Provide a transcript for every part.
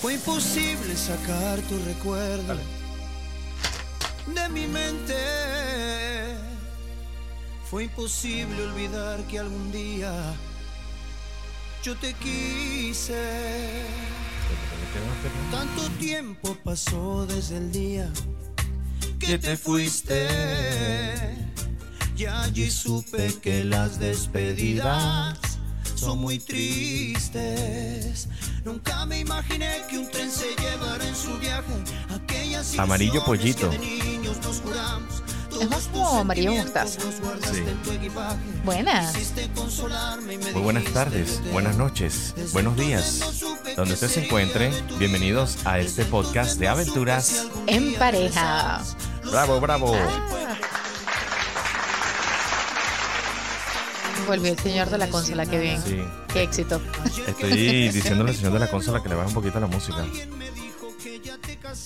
Fue imposible sacar tu recuerdo de mi mente. Fue imposible olvidar que algún día yo te quise. Tanto tiempo pasó desde el día que te fuiste. Y allí supe que las despedidas son muy tristes. Nunca me imaginé que un tren se llevara en su viaje aquellas Amarillo ilusiones que pollito. de niños nos juramos. Es más Todos como tus amarillo sentimientos mostaza. los guardaste Sí. en tu equipaje. Buenas. Quisiste consolarme y me Muy buenas dijiste, tardes, yo te buenas amo. noches, buenos días. Donde usted se encuentre, bienvenidos a este podcast de aventuras. En pareja. Bravo, bravo. Volvió el señor de la consola, qué bien. Sí. Qué éxito. Estoy diciéndole al señor de la consola que le baje un poquito la música.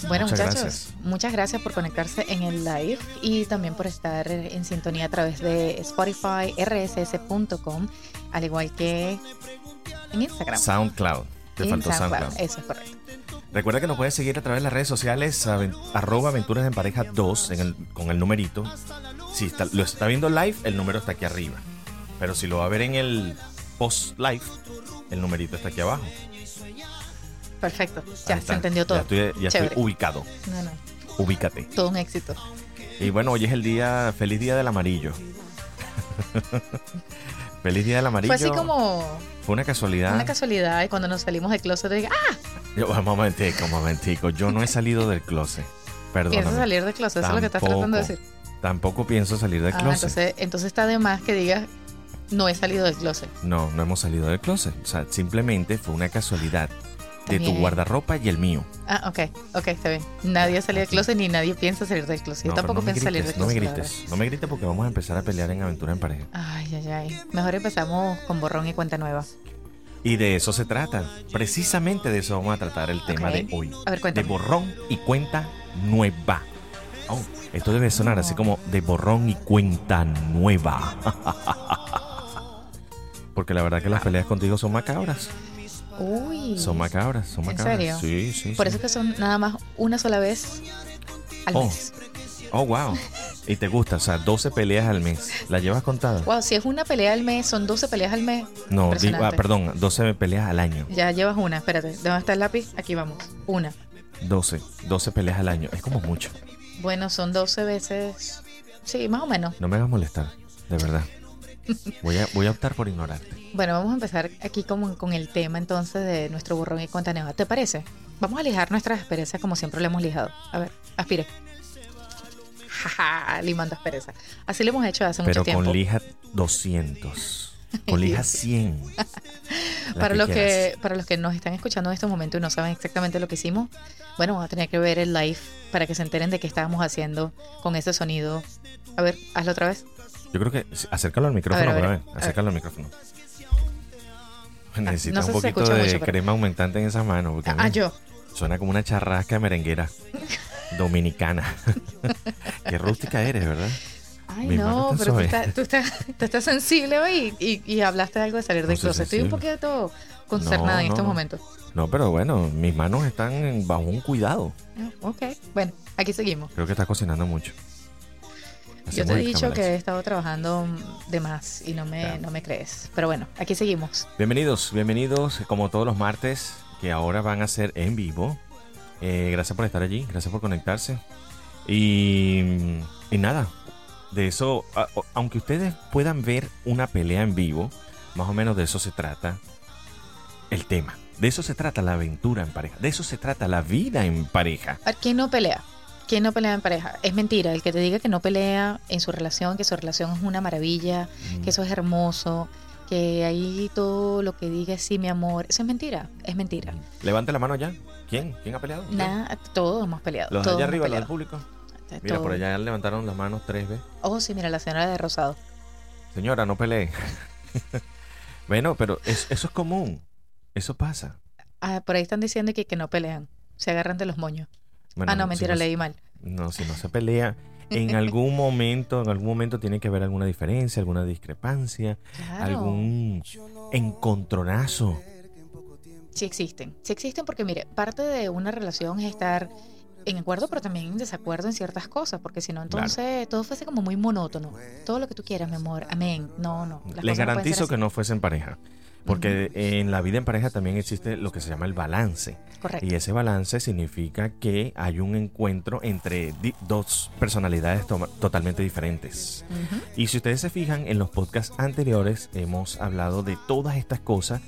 Bueno, Muchas muchachos, gracias. muchas gracias por conectarse en el live y también por estar en sintonía a través de Spotify, rss.com, al igual que en Instagram. SoundCloud. Te En faltó SoundCloud, SoundCloud. Eso es correcto. Recuerda que nos puedes seguir a través de las redes sociales, aven- arroba aventuras en pareja 2 en el- con el numerito. Si está- lo está viendo live, el número está aquí arriba. Pero si lo va a ver en el post live, el numerito está aquí abajo. Perfecto. Ahí Ya se está. entendió todo. Ya estoy, ya estoy Chévere. ubicado. No, no. Ubícate. Todo un éxito. Y bueno, hoy es el día, feliz día del amarillo. feliz día del amarillo. Fue así como Fue una casualidad. una casualidad y cuando nos salimos del closet dije, ah, Yo- un momentico, un momentico. Yo no he salido del closet. Perdóname. pienso salir del closet, eso es lo que estás Tampoco. tratando de decir. Tampoco pienso salir del Ah, closet. entonces, entonces está de más que digas, no he salido del closet. No, no hemos salido del closet. O sea, simplemente fue una casualidad de tu También. guardarropa y el mío. Ah, ok, ok, está bien. Nadie ha salido del closet ni nadie piensa salir del closet. No, Yo pero tampoco no me pienso salir del grites, no me closet. la grites. No me grites porque vamos a empezar a pelear en aventura en pareja. verdad. Ay, ay, ay. Mejor empezamos con borrón y cuenta nueva. Y de eso se trata. Precisamente de eso vamos a tratar el tema Ok. de hoy. A ver, De cuéntame. borrón y cuenta nueva. Oh, esto debe sonar así No. como de borrón y cuenta nueva. Porque la verdad que Ah. las peleas contigo son macabras. Uy. Son macabras, son ¿En macabras. serio? Sí, sí. Por sí. eso que son nada más una sola vez al Oh. mes. Oh, wow. Y te gusta, o sea, 12 peleas al mes. ¿La llevas contada? Wow, si es una pelea al mes, son 12 peleas al mes. No, di- ah, Impresionante. perdón, 12 peleas al año. Ya llevas una, espérate. ¿Dónde está el lápiz? Aquí vamos. Una. 12, 12 peleas al año. Es como mucho. Bueno, son 12 veces. Sí, más o menos. No me hagas molestar, de verdad. Voy a, voy a optar por ignorarte. Bueno, vamos a empezar aquí como con el tema entonces de nuestro borrón y cuenta nueva. ¿Te parece? Vamos a lijar nuestras asperezas como siempre lo hemos lijado. A ver, aspire. Jaja, limando asperezas. Así lo hemos hecho hace Pero mucho tiempo. con lija 200. Con lija 100. la para los quieras. que para los que nos están escuchando en estos momentos y no saben exactamente lo que hicimos, bueno, van a tener que ver el live para que se enteren de qué estábamos haciendo con ese sonido. A ver, hazlo otra vez. Yo creo que. sí, Acércalo al micrófono, A ver, a para ver, ver. a ver. Ah, Acércalo al micrófono. Necesita no sé un si se poquito escucha de mucho, pero- crema aumentante en esas manos. porque, Ah, mira. yo. Suena como una charrasca merenguera dominicana. Qué rústica eres, ¿verdad? Ay, Mi mano no, está pero tú suave. estás, tú, estás, tú estás sensible hoy y, y- y hablaste de algo de salir No del soy closet. Estoy un sensible. poquito concernada No, en no, estos no. momentos. No, pero bueno, mis manos están en- bajo un cuidado. Ah, Ok, bueno, aquí seguimos. Creo que estás cocinando mucho. Yo Hacemos te he el dicho que cambalache. he estado trabajando de más y no me, Claro. no me crees. Pero bueno, aquí seguimos. Bienvenidos, bienvenidos, como todos los martes, que ahora van a ser en vivo. Eh, gracias por estar allí, gracias por conectarse. Y, y nada, de eso, a- o- aunque ustedes puedan ver una pelea en vivo, más o menos de eso se trata el tema. De eso se trata la aventura en pareja, de eso se trata la vida en pareja. A ver, ¿quién no pelea? ¿Quién no pelea en pareja? Es mentira, el que te diga que no pelea en su relación, que su relación es una maravilla, que eso es hermoso, que ahí todo lo que diga es sí, mi amor. Eso es mentira, es mentira. Levante la mano ya. ¿Quién? ¿Quién ha peleado? Nada, todos hemos peleado. Los de todos allá hemos arriba, los del peleado. público. Mira, Todos. por allá levantaron las manos tres veces. Oh, sí, mira, la señora de Rosado. Señora, no pelee. bueno, pero es- eso es común. Eso pasa. Ah, por ahí están diciendo que, que no pelean. Se agarran de los moños. Bueno, pues, ah, no, si mentira, se- leí mal. No, si no se pelea, en algún momento, en algún momento tiene que haber alguna diferencia, alguna discrepancia, Claro. algún encontronazo. Sí existen. Sí existen porque, mire, parte de una relación es estar en acuerdo, pero también en desacuerdo en ciertas cosas, porque si no, entonces todo fuese como muy monótono. Todo lo que tú quieras, mi amor. Amén. No, no. Les las cosas no pueden ser garantizo que así. no fuesen pareja. Porque en la vida en pareja también existe lo que se llama el balance. Correcto. Y ese balance significa que hay un encuentro entre di- dos personalidades toma- totalmente diferentes. Ujú. Y si ustedes se fijan, en los podcasts anteriores hemos hablado de todas estas cosas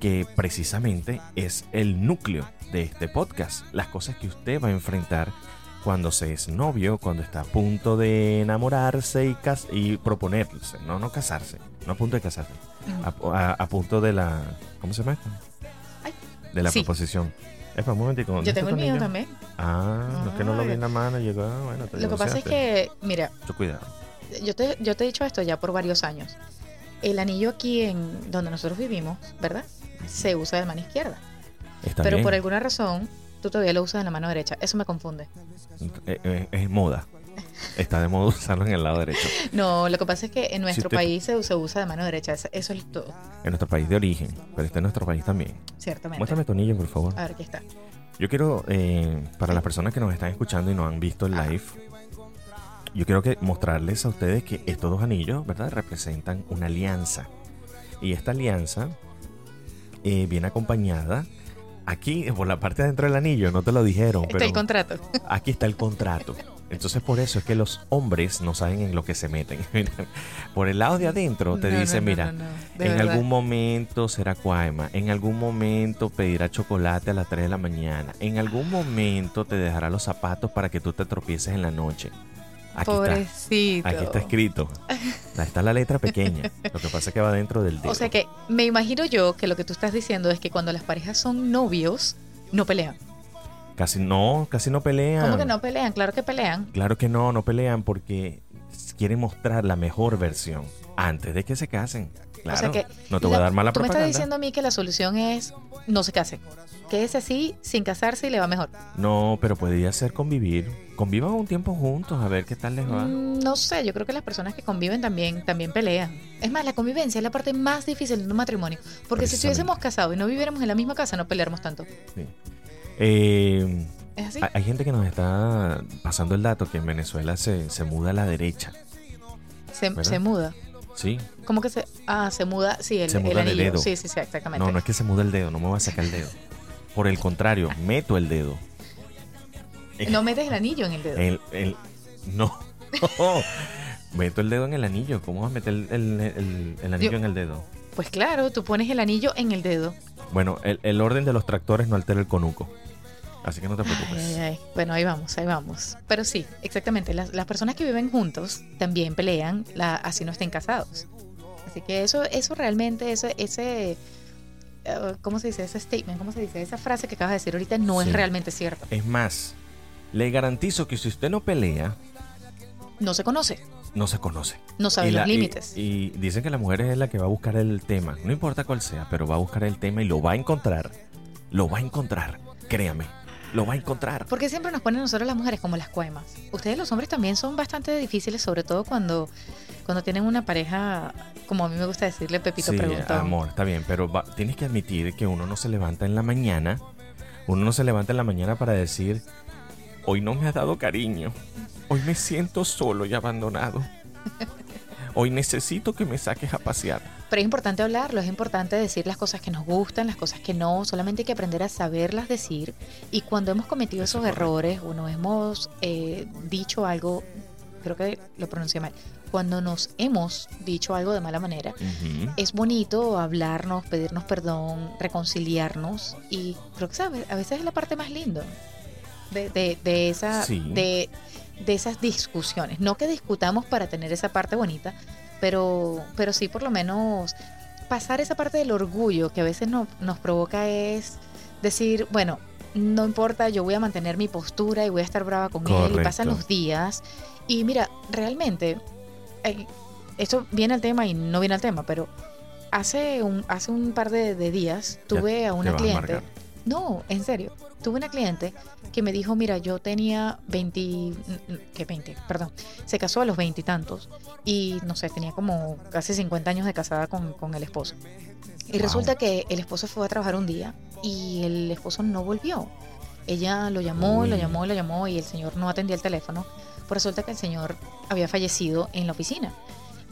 que precisamente es el núcleo de este podcast. Las cosas que usted va a enfrentar cuando se es novio, cuando está a punto de enamorarse y, cas- y proponerse, no, no casarse, no a punto de casarse, a, a- a punto de la... ¿Cómo se llama? esto? Ay. De la Sí. proposición. Epa, un momentico, ¿dónde Yo está tengo tu el mío anillo? también. Ah, no es que no lo vi en la mano. y Llegó, ah, bueno, te Lo que pasa es divorciaste. que, mira, Mucho cuidado. yo te, yo te he dicho esto ya por varios años. El anillo aquí en donde nosotros vivimos, ¿verdad? Se usa de mano izquierda. Está pero bien. por alguna razón, tú todavía lo usas de la mano derecha. Eso me confunde. Eh, eh, es moda. Está de moda usarlo en el lado derecho. No, lo que pasa es que en nuestro usted- país se, se usa de mano derecha. Eso eso es todo, En nuestro país de origen, pero está en nuestro país también. ciertamente. Muéstrame tu anillo, por favor. A ver, aquí está. Yo quiero, eh, para las personas que nos están escuchando y no han visto el live, yo quiero que mostrarles a ustedes que estos dos anillos, ¿verdad? Representan una alianza. Y esta alianza eh, viene acompañada aquí, por la parte de adentro del anillo, no te lo dijeron, Está pero el contrato. aquí está el contrato. Entonces por eso es que los hombres no saben en lo que se meten. Mira, por el lado de adentro te No, no, dicen, no, mira, no, no, de en verdad. algún momento será cuaima, en algún momento pedirá chocolate a las 3 de la mañana, en algún momento te dejará los zapatos para que tú te tropieces en la noche. Aquí está. Pobrecito. Aquí está escrito. Ahí está la letra pequeña. Lo que pasa es que va dentro del dedo. O sea que me imagino yo que lo que tú estás diciendo es que cuando las parejas son novios, no pelean. casi no, casi no pelean. ¿Cómo que no pelean? Claro que pelean. Claro que no, no pelean porque quieren mostrar la mejor versión antes de que se casen. Claro. sea que no te voy a La- dar mala Tú me estás propaganda. diciendo a mí que la solución es no se casen. Quédese así sin casarse y le va mejor. No, pero podría ser convivir. Convivan un tiempo juntos a ver qué tal les va. Mm, No sé, yo creo que las personas que conviven también, también pelean. Es más, la convivencia es la parte más difícil de un matrimonio. Porque si Precisamente. estuviésemos casados y no viviéramos en la misma casa, no peleáramos tanto. Sí. Eh, ¿Es así? hay, hay gente que nos está pasando el dato que en Venezuela se, se muda a la derecha. se, ¿verdad? se muda. Sí. ¿Cómo que se.? Ah, se muda. Sí, el, Se el muda de anillo. dedo. Sí, sí, sí, exactamente. No, no es que se muda el dedo, no me voy a sacar el dedo. Por el contrario, meto el dedo. No metes el anillo en el dedo. El, el- no. Meto el dedo en el anillo. ¿Cómo vas a meter el, el- el- el anillo Yo- en el dedo? Pues claro, tú pones el anillo en el dedo. Bueno, el, el orden de los tractores no altera el conuco. Así que no te Ay, preocupes. ay, ay. Bueno, ahí vamos, ahí vamos. Pero sí, exactamente. Las, las personas que viven juntos también pelean, la, así no estén casados. Así que eso, eso realmente, ese, ese, eh, ¿cómo se dice? Ese statement, ¿cómo se dice? Esa frase que acabas de decir ahorita no Sí. es realmente cierto. Es más, le garantizo que si usted no pelea, No se conoce, no se conoce. no sabe Y los la- y- límites. Y, dicen que la mujer es la que va a buscar el tema. No importa cuál sea, pero va a buscar el tema y lo va a encontrar. Lo va a encontrar. Créame. Lo va a encontrar. Porque siempre nos ponen nosotros las mujeres como las cuemas. Ustedes los hombres también son bastante difíciles, sobre todo cuando, cuando tienen una pareja, como a mí me gusta decirle, Pepito sí, preguntó. amor, está bien, pero va- tienes que admitir que uno no se levanta en la mañana. Uno no se levanta en la mañana para decir, hoy no me has dado cariño. Hoy me siento solo y abandonado. Hoy necesito que me saques a pasear. Pero es importante hablarlo, es importante decir las cosas que nos gustan, las cosas que no, solamente hay que aprender a saberlas decir. Y cuando hemos cometido Eso esos es correcto. errores o nos hemos eh, dicho algo, creo que lo pronuncié mal, cuando nos hemos dicho algo de mala manera, Ujú. es bonito hablarnos, pedirnos perdón, reconciliarnos y creo que ¿sabes? a veces es la parte más linda de, de, de esa, Sí. de, de esas discusiones. No que discutamos para tener esa parte bonita, pero, pero sí por lo menos pasar esa parte del orgullo que a veces no- nos provoca es decir, bueno, no importa, yo voy a mantener mi postura y voy a estar brava con él y pasan Correcto. los días. Y mira, realmente, eh, esto viene al tema y no viene al tema, pero hace un, hace un par de, de días tuve a te una vas a cliente. amargar. no, en serio. Tuve una cliente que me dijo, mira, yo tenía 20, mm, mm, ¿qué 20? Perdón, se casó a los 20 y tantos y no sé, tenía como casi 50 años de casada con, con el esposo. Y Wow. resulta que el esposo fue a trabajar un día y el esposo no volvió. Ella lo llamó, lo llamó, lo llamó y el señor no atendía el teléfono. Pues resulta que el señor había fallecido en la oficina.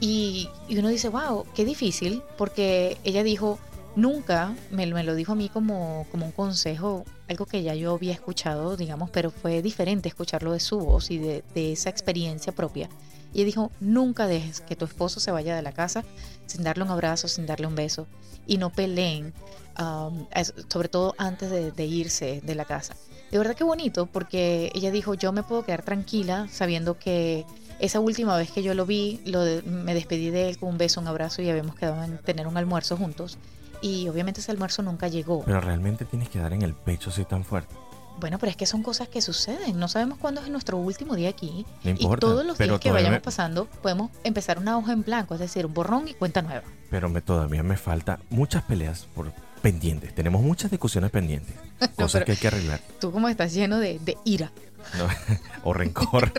Y, y uno dice, wow, qué difícil, porque ella dijo, nunca, me, me lo dijo a mí como, como un consejo, algo que ya yo había escuchado, digamos, pero fue diferente escucharlo de su voz y de, de esa experiencia propia. Y ella dijo, nunca dejes que tu esposo se vaya de la casa sin darle un abrazo, sin darle un beso, y no peleen, um, es- sobre todo antes de, de irse de la casa. De verdad que bonito, porque ella dijo, yo me puedo quedar tranquila sabiendo que esa última vez que yo lo vi, lo de- me despedí de él con un beso, un abrazo y habíamos quedado en tener un almuerzo juntos. Y obviamente ese almuerzo nunca llegó. Pero realmente tienes que dar en el pecho si es tan fuerte. Bueno, pero es que son cosas que suceden. No sabemos cuándo es nuestro último día aquí. No y importa. todos los pero días que todavía vayamos me- pasando, podemos empezar una hoja en blanco, es decir, un borrón y cuenta nueva. Pero me, todavía me falta muchas peleas por pendientes. Tenemos muchas discusiones pendientes. Cosas pero- que hay que arreglar. Tú como estás lleno de, de ira. ¿no? o rencor.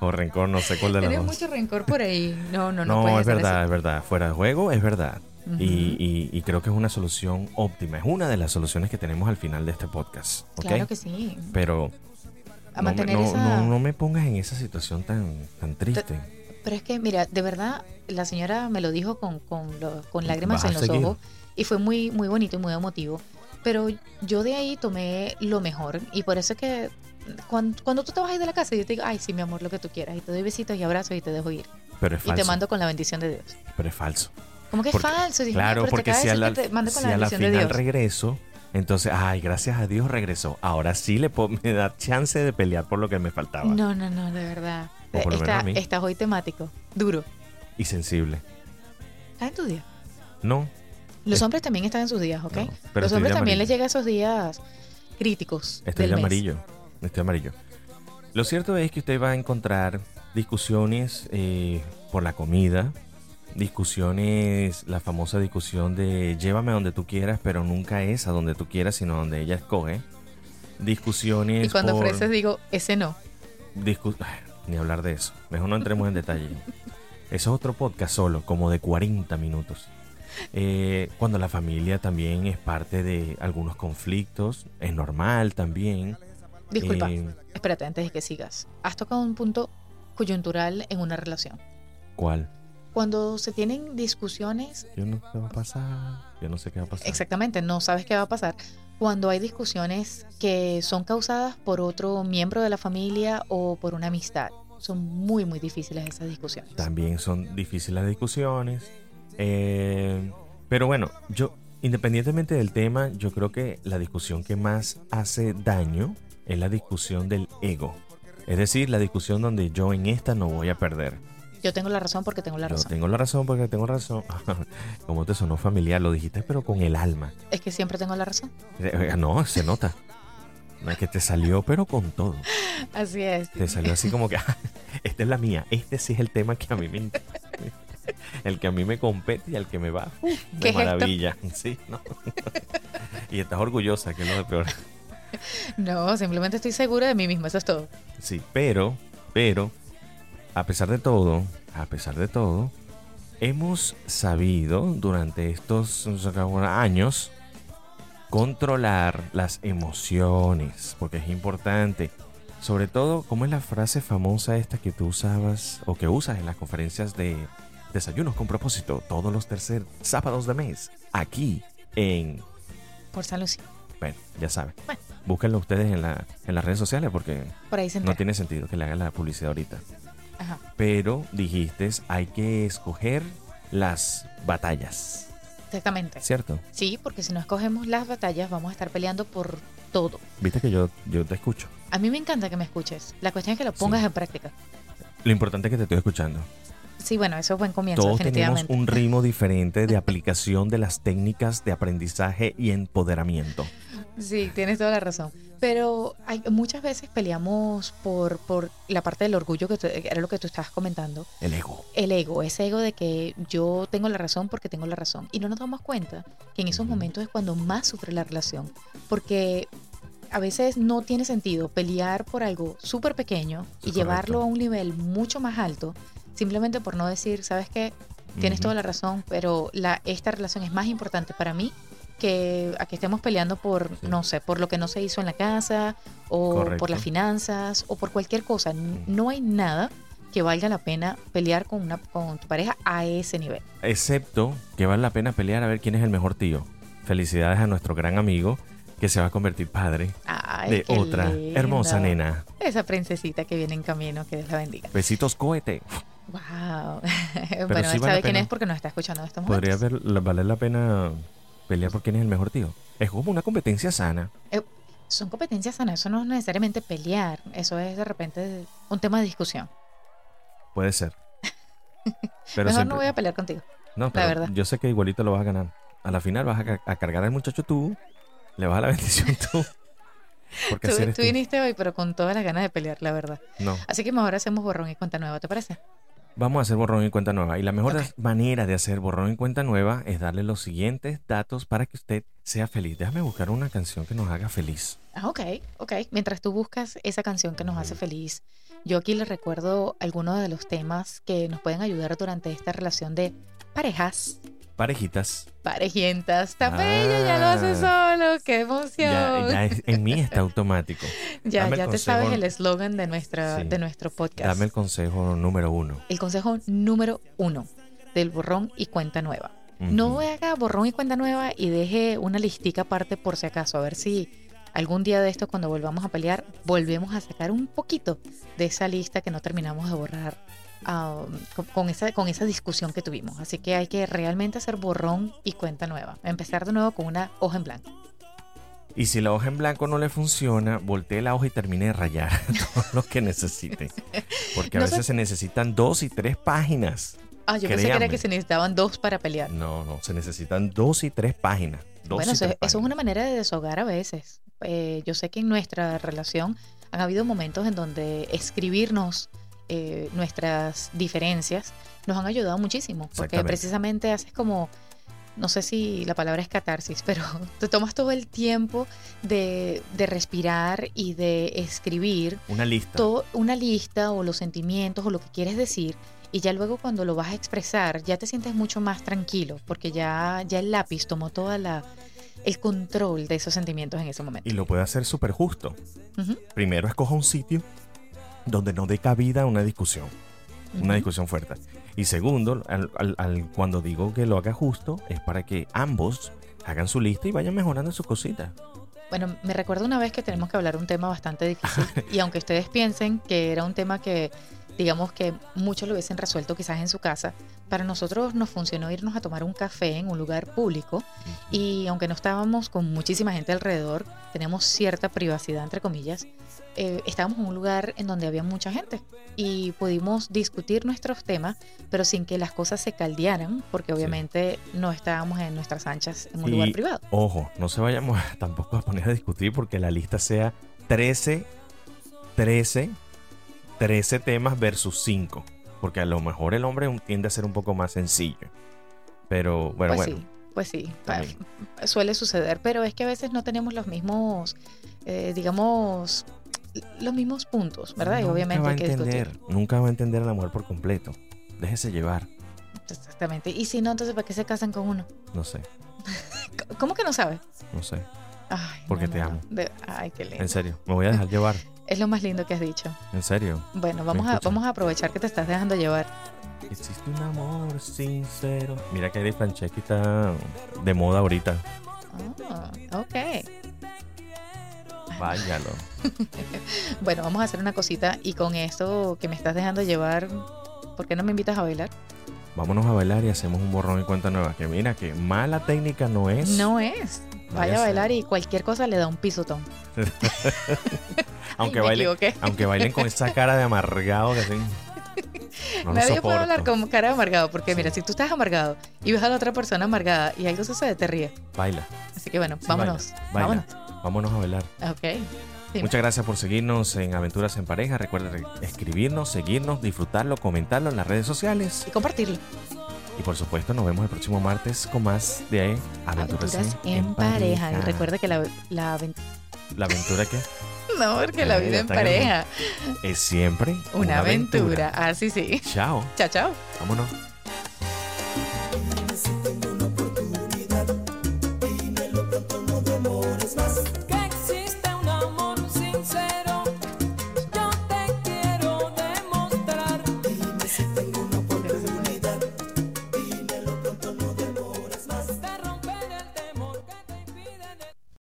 o rencor, no sé cuál de las Tienes dos. mucho rencor por ahí. No, no, no. No, es puedes estar verdad, así. es verdad. Fuera de juego, es verdad. y, Ujú. y- y creo que es una solución óptima. Es una de las soluciones que tenemos al final de este podcast. ¿ok? Claro que sí. Pero no me, A mantener no- esa... no- no me pongas en esa situación tan, tan triste. Pero es que, mira, de verdad, la señora me lo dijo con, con, lo- con lágrimas Vas a en los seguir. ojos y fue muy, muy bonito y muy emotivo. Pero yo de ahí tomé lo mejor y por eso es que cuan- cuando, tú te vas a ir de la casa, yo te digo, ay, sí, mi amor, lo que tú quieras. Y te doy besitos y abrazos y te dejo ir. Pero es Y te falso. mando con la bendición de Dios. Pero es falso. Como que es Porque- falso. Dios mío, claro, pero te porque acaba de si a decir la, que te mando con si la a la bendición de final Dios. regreso, entonces, ay, gracias a Dios regresó. Ahora sí le puedo, me da chance de pelear por lo que me faltaba. No, no, no, de verdad. O por lo menos Está- a mí. Estás hoy temático, duro. Y sensible. Estás en tu día. No, Los Es- hombres también están en sus días, ¿ok? No, pero Los estoy de hombres amarillo. también les llega esos días críticos. Estoy de del mes. Este amarillo. Estoy amarillo. Lo cierto es que usted va a encontrar discusiones eh, por la comida, discusiones, la famosa discusión de llévame a donde tú quieras, pero nunca es a donde tú quieras, sino a donde ella escoge. Discusiones. Y cuando por- ofreces digo, ese no. discu- Ay, Ni hablar de eso. Mejor no entremos en detalle. Eso es otro podcast solo, como de 40 minutos. Eh, cuando la familia también es parte de algunos conflictos, es normal también. Disculpa, Eh, espérate antes de que sigas. Has tocado un punto coyuntural en una relación. ¿Cuál? Cuando se tienen discusiones, Yo no sé qué va a pasar. Yo no sé qué va a pasar. exactamente, no sabes qué va a pasar. Cuando hay discusiones que son causadas por otro miembro de la familia o por una amistad, son muy, muy difíciles esas discusiones. También son difíciles las discusiones. eh, pero bueno, yo, independientemente del tema, yo creo que la discusión que más hace daño es la discusión del ego. Es decir, la discusión donde yo en esta no voy a perder. Yo tengo la razón porque tengo la yo razón. tengo la razón porque tengo razón. Como te sonó familiar, lo dijiste, pero con el alma. Es que siempre tengo la razón. Eh, No, se nota. No es que te salió, pero con todo. Así es. Te salió así como que, "Ah, esta es la mía, este sí es el tema que a mí me inter- el que a mí me compete y al que me va uf, de ¿qué es esto? maravilla, sí, ¿no? y estás orgullosa, que es lo de peor. No, simplemente estoy segura de mí misma, eso es todo. Sí, pero, pero, a pesar de todo, a pesar de todo, hemos sabido durante estos años controlar las emociones, porque es importante. Sobre todo, ¿cómo es la frase famosa esta que tú usabas o que usas en las conferencias de desayunos con propósito todos los tercer sábados de mes? Aquí en... Por San Lucía. Bueno, ya saben. Bueno. Búsquenlo ustedes en, la- en las redes sociales porque Por ahí se no entera. tiene sentido que le hagan la publicidad ahorita. Ajá. Pero dijiste, hay que escoger las batallas, Exactamente. ¿cierto? Sí, porque si no escogemos las batallas, vamos a estar peleando por todo. Viste que yo, yo te escucho. A mí me encanta que me escuches. La cuestión es que lo pongas Sí. en práctica. Lo importante es que te estoy escuchando. Sí, bueno, eso es buen comienzo, Todos tenemos definitivamente. un ritmo diferente de aplicación de las técnicas de aprendizaje y empoderamiento. Sí, tienes toda la razón. Pero hay, muchas veces peleamos por, por la parte del orgullo, que tú- era lo que tú estabas comentando. El ego. el ego, ese ego de que yo tengo la razón porque tengo la razón. Y no nos damos cuenta que en esos Ujú. momentos es cuando más sufre la relación. Porque a veces no tiene sentido pelear por algo súper pequeño y Sí, llevarlo correcto. a un nivel mucho más alto, simplemente por no decir, ¿sabes qué? Tienes Ujú. toda la razón, pero la, esta relación es más importante para mí que a que estemos peleando por, Sí. no sé, por lo que no se hizo en la casa, o Correcto. Mm. por las finanzas, o por cualquier cosa. N- No hay nada que valga la pena pelear con, una, con tu pareja a ese nivel. Excepto que vale la pena pelear a ver quién es el mejor tío. Felicidades a nuestro gran amigo que se va a convertir padre Ay, de qué otra hermosa lindo. nena. Esa princesita que viene en camino, que Dios la bendiga. Besitos cohete. Wow. bueno, sí vale la él sabe quién pena. es porque nos está escuchando en estos Podría momentos. ver- la- valer la pena pelear por quién es el mejor tío. Es como una competencia sana. Son competencias sanas, eso no es necesariamente pelear, eso es de repente un tema de discusión. Puede ser. Pero Mejor siempre- no voy a pelear contigo. No, pero verdad. Yo sé que igualito lo vas a ganar. A la final vas a, ca- a cargar al muchacho tú, le vas a la bendición tú. Porque Tú, así eres tú tú. viniste hoy, pero con todas las ganas de pelear, la verdad. No. Así que mejor hacemos borrón y cuenta nueva, ¿te parece? Vamos a hacer borrón y cuenta nueva. Y la mejor Ok. manera de hacer borrón y cuenta nueva es darle los siguientes datos para que usted sea feliz. Déjame buscar una canción que nos haga feliz. Ah, ok, ok. Mientras tú buscas esa canción que nos hace feliz, yo aquí les recuerdo algunos de los temas que nos pueden ayudar durante esta relación de parejas, Parejitas. parejientas. Está bello, ya lo hace solo, qué emoción. Ya, ya es- en mí está automático. Ya, Dame el ya te consejo. sabes el eslogan de, nuestra, Sí. de nuestro podcast. Dame el consejo número uno. El consejo número uno del borrón y cuenta nueva. Ujú. No haga borrón y cuenta nueva y deje una listica aparte por si acaso, a ver si algún día de estos cuando volvamos a pelear, volvemos a sacar un poquito de esa lista que no terminamos de borrar ah, con, con esa, con esa discusión que tuvimos. Así que hay que realmente hacer borrón y cuenta nueva. Empezar de nuevo con una hoja en blanco. Y si la hoja en blanco no le funciona, voltee la hoja y termine de rayar todo lo que necesite. Porque a No sé- veces se necesitan dos y tres páginas. Ah, yo pensé que era Créame. que se necesitaban dos para pelear. No, no, se necesitan dos y tres páginas. Dos Bueno, y eso, tres eso es páginas. una manera de desahogar a veces. Eh, yo sé que en nuestra relación han habido momentos en donde escribirnos eh, nuestras diferencias nos han ayudado muchísimo, porque Exactamente. precisamente haces como, no sé si la palabra es catarsis, pero te tomas todo el tiempo de, de respirar y de escribir Una lista. todo una lista o los sentimientos o lo que quieres decir y ya luego cuando lo vas a expresar ya te sientes mucho más tranquilo porque ya ya el lápiz tomó toda la el control de esos sentimientos en ese momento. Y lo puede hacer súper justo. Ujú, Primero escoja un sitio donde no dé cabida a una discusión, ujú. una discusión fuerte. Y segundo, al- al- al- cuando digo que lo haga justo, es para que ambos hagan su lista y vayan mejorando sus cositas. Bueno, me recuerdo una vez que tenemos que hablar un tema bastante difícil y aunque ustedes piensen que era un tema que digamos que muchos lo hubiesen resuelto quizás en su casa, para nosotros nos funcionó irnos a tomar un café en un lugar público y aunque no estábamos con muchísima gente alrededor, teníamos cierta privacidad, entre comillas, eh, estábamos en un lugar en donde había mucha gente y pudimos discutir nuestros temas, pero sin que las cosas se caldearan, porque obviamente no estábamos en nuestras anchas en un lugar Y- privado. Ojo, no se vayamos a- tampoco a poner a discutir porque la lista sea 13, 13, 13 temas versus 5. Porque a lo mejor el hombre un- tiende a ser un poco más sencillo. Pero bueno, pues bueno. sí, pues sí, pa- también. suele suceder, pero es que a veces no tenemos los mismos, eh, digamos, los mismos puntos, ¿verdad? Y Nunca obviamente va a hay que discutir. entender, Nunca va a entender a la mujer por completo. Déjese llevar. Exactamente. Y si no, entonces, ¿para qué se casan con uno? No sé, C- ¿Cómo que no sabes? no sé. Ay, Porque te amo. De- ay, qué lindo. En serio, me voy a dejar llevar. Es lo más lindo que has dicho. En serio. Bueno, ¿Me vamos a, escuchas? vamos a aprovechar que te estás dejando llevar. Existe un amor sincero. Mira que Eddie Franceschi está de moda ahorita. Ah, ok. Váyalo. Bueno, vamos a hacer una cosita y con esto que me estás dejando llevar, ¿por qué no me invitas a bailar? Vámonos a bailar y hacemos un borrón y cuenta nueva. Que mira, que mala técnica no es. No es. Vaya a sé. bailar y cualquier cosa le da un pisotón. Aunque, Ay, me bailen, equivoqué. aunque bailen con esa cara de amargado que hacen. No lo Nadie puede hablar soporto. con cara de amargado, porque Sí. mira, si tú estás amargado y ves a la otra persona amargada y algo sucede, te ríes. Baila. Así que bueno, sí, vámonos. baila, baila. Vámonos a bailar. Vámonos. Ok. Sí. Muchas gracias por seguirnos en Aventuras en Pareja. Recuerda re- escribirnos, seguirnos, disfrutarlo, comentarlo en las redes sociales. Y compartirlo. Y por supuesto, nos vemos el próximo martes con más de Aventuras, Aventuras en pareja. Y recuerda que la, la aven- La aventura que No, porque la Ay, ya vida en está en el- pareja. es siempre Una aventura. Ah, sí, sí. Chao. Chao, chao. Vámonos.